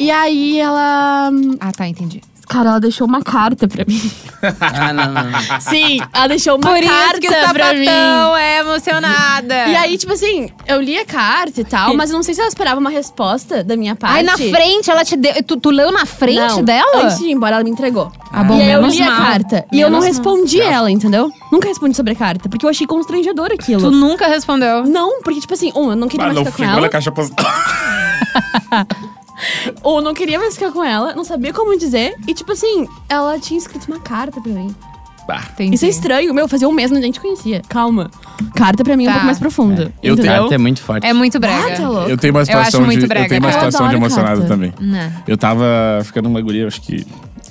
E aí ela. Ah, tá, entendi. Cara, ela deixou uma carta pra mim. Ah, não, não, não. Sim, ela deixou uma Por carta isso que o pra mim. sapatão é emocionada. E aí, tipo assim, eu li a carta e tal, mas eu não sei se ela esperava uma resposta da minha parte. Aí na frente, ela te deu. Tu, tu leu na frente Não, dela? Antes de ir embora, ela me entregou. Ah, bom, e aí eu menos li mal. a carta. E eu não Menos mal. respondi ela, entendeu? Nunca respondi sobre a carta, porque eu achei constrangedor Tu aquilo. nunca respondeu. Não, porque, tipo assim, um, eu não queria Ah, mais não tá ficar com fui na ela. caixa postal. Ou não queria mais ficar com ela, não sabia como dizer. E, tipo assim, ela tinha escrito uma carta pra mim. Bah. Entendi. Isso é estranho. Meu, fazia um mês, a gente conhecia. Calma. Carta pra mim é Tá. um pouco mais profundo. Eu tenho- entendeu? Carta é muito forte. É muito brega. Ah, tá louco. Eu tenho uma acho situação muito de, brega, eu tenho uma cara. Eu situação de adoro emocionada carta. também. Não. Eu tava ficando uma guria, acho que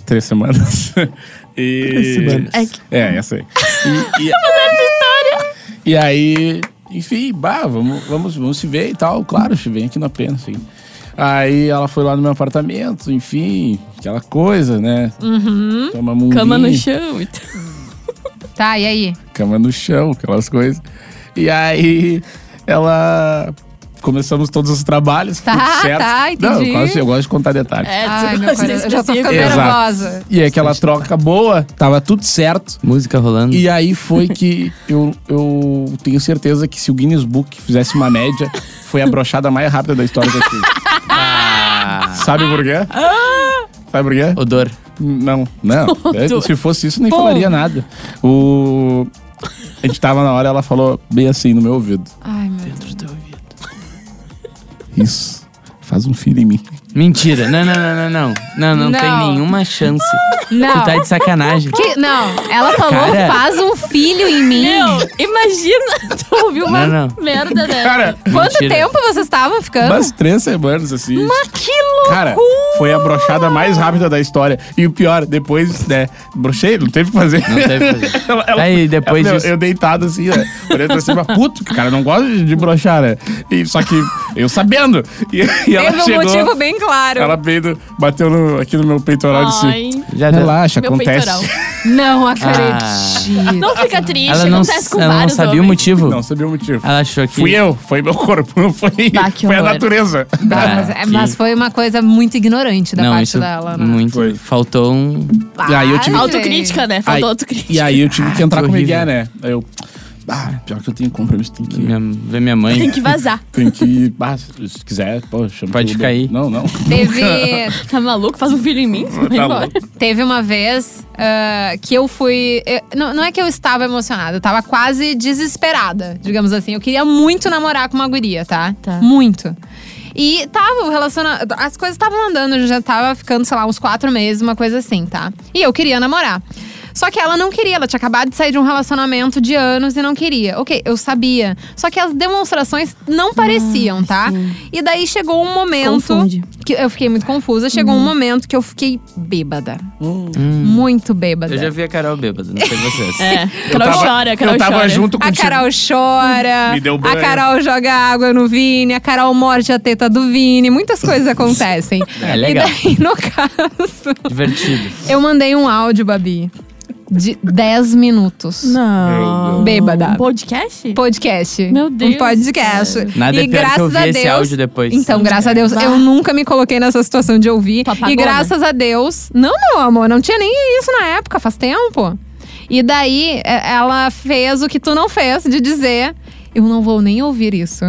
três semanas. e... Três semanas. É que- É, essa aí. E, e... história! E aí, enfim, bah, vamos, vamos, vamos se ver e tal. Claro, se vem aqui na pena, assim. Aí ela foi lá no meu apartamento, enfim, aquela coisa, né? Uhum. Tomamos um Cama no vinho, chão e tal. Tá, e aí? Cama no chão, aquelas coisas. E aí, ela... Começamos todos os trabalhos, Tá, tudo certo. tá, Não, eu, entendi. gosto- eu gosto de contar detalhes. É, Ai, tu- meu coração. Eu já tô ficando específico. nervosa. E aquela troca boa, tava tudo certo. Música rolando. E aí foi que eu, eu tenho certeza que se o Guinness Book fizesse uma média, foi a brochada mais rápida da história que eu tive. Sabe por quê? Ah. Sabe por quê? Odor. Não, não. Eu, Se fosse isso, nem falaria nada. O... A gente tava na hora ela falou bem assim no meu ouvido. Ai, meu Deus. Isso. Faz um filho em mim. Mentira. Não, não, não, não, não. Não, não, Não. tem nenhuma chance. Não. Tu tá de sacanagem. Que- não, ela falou, Cara. faz um filho em mim. Meu, imagina tu ouviu uma Não, não. merda dessa. Cara, Quanto Mentira. tempo vocês estavam ficando? Ah. umas três semanas assim. Mas que loucura! Cara, foi a brochada mais rápida da história. E o pior, depois, né? Brochei, não teve o que fazer. Não teve o que fazer. Aí, depois eu, disso- eu deitado assim, né? Olhando pra cima, puto, que o cara não gosta de, de brochar, né? E, só que eu sabendo. E, e ela teve um chegou- motivo bem claro. Ela veio, bateu no- aqui no meu peitoral e disse: Então. Ai, Já deu. Relaxa, meu acontece. peitoral. Não Ah. acredito. Não fica triste, Ela não, acontece com ela não vários sabia o homens. motivo. Não, sabia o motivo. Ela achou que. Fui eu, foi meu corpo, não foi, Bah, que foi a horror. natureza. Bah, mas, é, mas foi uma coisa muito ignorante da Ah, não, parte isso dela, né? muito. Foi. Faltou um. Bah, Aí eu tive- gente. Autocrítica, né? Aí- Faltou autocrítica. E aí eu tive que Ah, entrar que com o Miguel, horrível. né? Aí eu, ah, pior que eu tenho compromisso, tem que, Minha, ver minha Tem mãe. que vazar. tem que ir. Ah, se quiser, pô, chama Pode o Uber. ficar aí. Não, não. Teve, Tá maluco? Faz um filho em mim? Vai Tá embora. louco. teve uma vez ah, que eu fui. eu- não, não é que eu estava emocionada, eu estava quase desesperada, digamos assim. Eu queria muito namorar com uma guria, tá? Tá. Muito. E tava o relacionamento. As coisas estavam andando, já tava ficando, sei lá, uns quatro meses, uma coisa assim, tá? E eu queria namorar. Só que ela não queria, ela tinha acabado de sair de um relacionamento de anos e não queria. Ok, eu sabia. Só que as demonstrações não pareciam, tá? E daí chegou um momento. Confunde. Que eu fiquei muito confusa. Chegou um momento que eu fiquei bêbada. Muito bêbada. Hum. Eu já vi a Carol bêbada, não sei vocês. É, Eu Carol tava- chora, Carol Eu tava chora. junto A contigo. Carol chora, Hum, Me deu a banho. Carol joga água no Vini, a Carol morde a teta do Vini, muitas coisas acontecem. É, legal. E daí, no caso, Divertido. eu mandei um áudio, Babi, de 10 minutos. Não. Bêbada. Podcast? Podcast. Meu Deus, Um podcast. Nada e é pior que eu graças ouvir a Deus. esse áudio depois. Então, graças a Deus, Bah. eu nunca me coloquei nessa situação de ouvir. É. Tu apagou, né? E graças a Deus. Não, meu amor, não tinha nem isso na época, faz tempo. E daí, é- ela fez o que tu não fez de dizer: Eu não vou nem ouvir isso.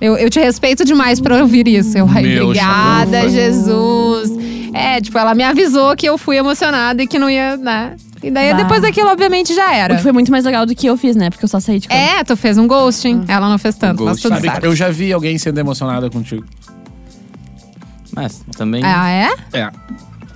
Eu, eu te respeito demais pra ouvir isso. Eu, ai, Meu obrigada, charufa. Jesus. É, tipo, ela me avisou que eu fui emocionada e que não ia, né? E daí, Bah. depois daquilo, obviamente, já O era. que foi muito mais legal do que eu fiz, né? Porque eu só saí de casa. É, tu fez um Uhum. ghosting. Ela não fez tanto, mas Ghosting. tudo Sabe, certo. eu já vi alguém sendo emocionada contigo. Mas também. Ah, é? É. A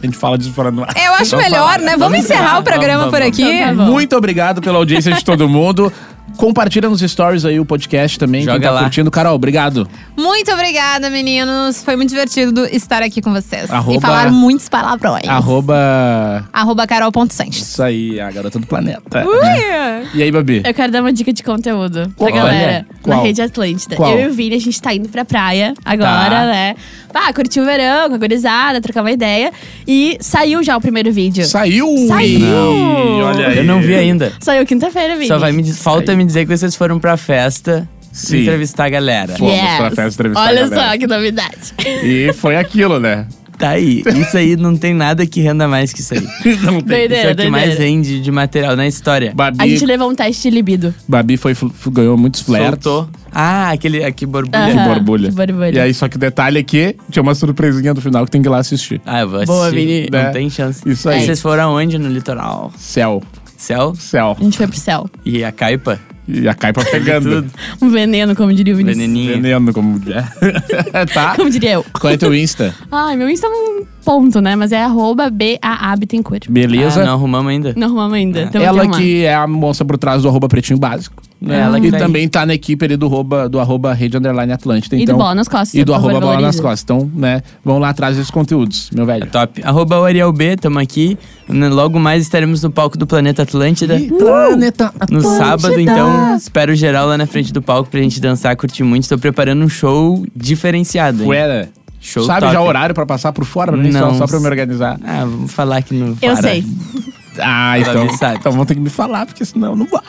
gente fala disso fora do ar. Eu acho Então Vamos melhor, falar. né? Vamos encerrar o programa Vamos, por vamos. aqui. Então tá bom. Muito obrigado pela audiência de todo mundo. Compartilha nos stories aí o podcast também, Joga quem tá lá. curtindo. Carol, obrigado. Muito obrigada, meninos. Foi muito divertido estar aqui com vocês. Arroba- E falar muitos palavrões. Arroba... Arroba carol.sanches. Isso aí, a garota do planeta. E aí, Babi? É Eu quero dar uma dica de conteúdo pra Qual? galera. Olha, qual? Na Rede Atlântida. Qual? Eu e o Vini, a gente tá indo pra praia agora, Tá. né? Pá, curtiu o verão, com a gurizada, trocar uma ideia. E saiu já o primeiro vídeo. Saiu! Saiu! Ih, Olha aí. Eu não vi ainda. Saiu quinta-feira, Vini. Só vai me diz- falta me dizer que vocês foram pra festa Sim. entrevistar a galera. Fomos pra festa entrevistar a Olha galera. só que novidade. E foi aquilo, né? Tá aí. Isso aí não tem nada que renda mais que isso aí. Isso Não tem. Doideira, é o que doideira. mais rende de material na história. A Babi, gente levou um teste de libido. Babi foi, fl- ganhou muitos flertes. Soltou. Ah, aquele aqui borbulha. Que Aham, borbulha. que borbulha. E aí, só que o detalhe é que tinha uma surpresinha do final que tem que ir lá assistir. Ah, eu vou assistir. Boa, Vini. Não É. tem chance. Isso aí. E vocês foram aonde no litoral? Céu, Céu céu. A gente foi pro céu. e a caipa? E a Caipa pegando. Tudo. Um veneno, como diria o Vinícius. Veneninho. Veneno, como é. tá? Como diria eu. Qual é teu Insta? Ai, meu Insta é um ponto, né? Mas é arroba BAA Bittencourt. Beleza? Ah, não arrumamos ainda. Não arrumamos ainda. Então Ela tem uma. que é a moça por trás do arroba pretinho básico. né? Ela que e tá aí. também tá na equipe ali do arroba, do arroba rede underline Atlântida. E do então, Bola nas Costas, tá E do por favor, arroba bola nas valoriza. costas. Então, né, vão lá atrás desses conteúdos, meu velho. Top. Arroba o Ariel B, tamo aqui. N- Logo mais estaremos no palco do Planeta Atlântida. né, Planeta No sábado, então, espero geral lá na frente do palco pra gente dançar, curtir muito. Tô preparando um show diferenciado. hein? Ué, Show sabe top. já o horário pra passar por fora pra mim? Só, Não. só pra eu me organizar. Ah, vamos falar aqui no. Eu Para. sei. Ah, então, Ela sabe. então vão ter que me falar, porque senão não vai.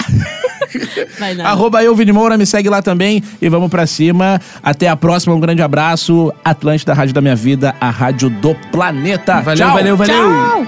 Vai nada. Arroba eu, Vini Moura, me segue lá também e vamos pra cima. Até a próxima, um grande abraço. Atlântida, Rádio da Minha Vida, a Rádio do Planeta. Valeu, Tchau. valeu, valeu.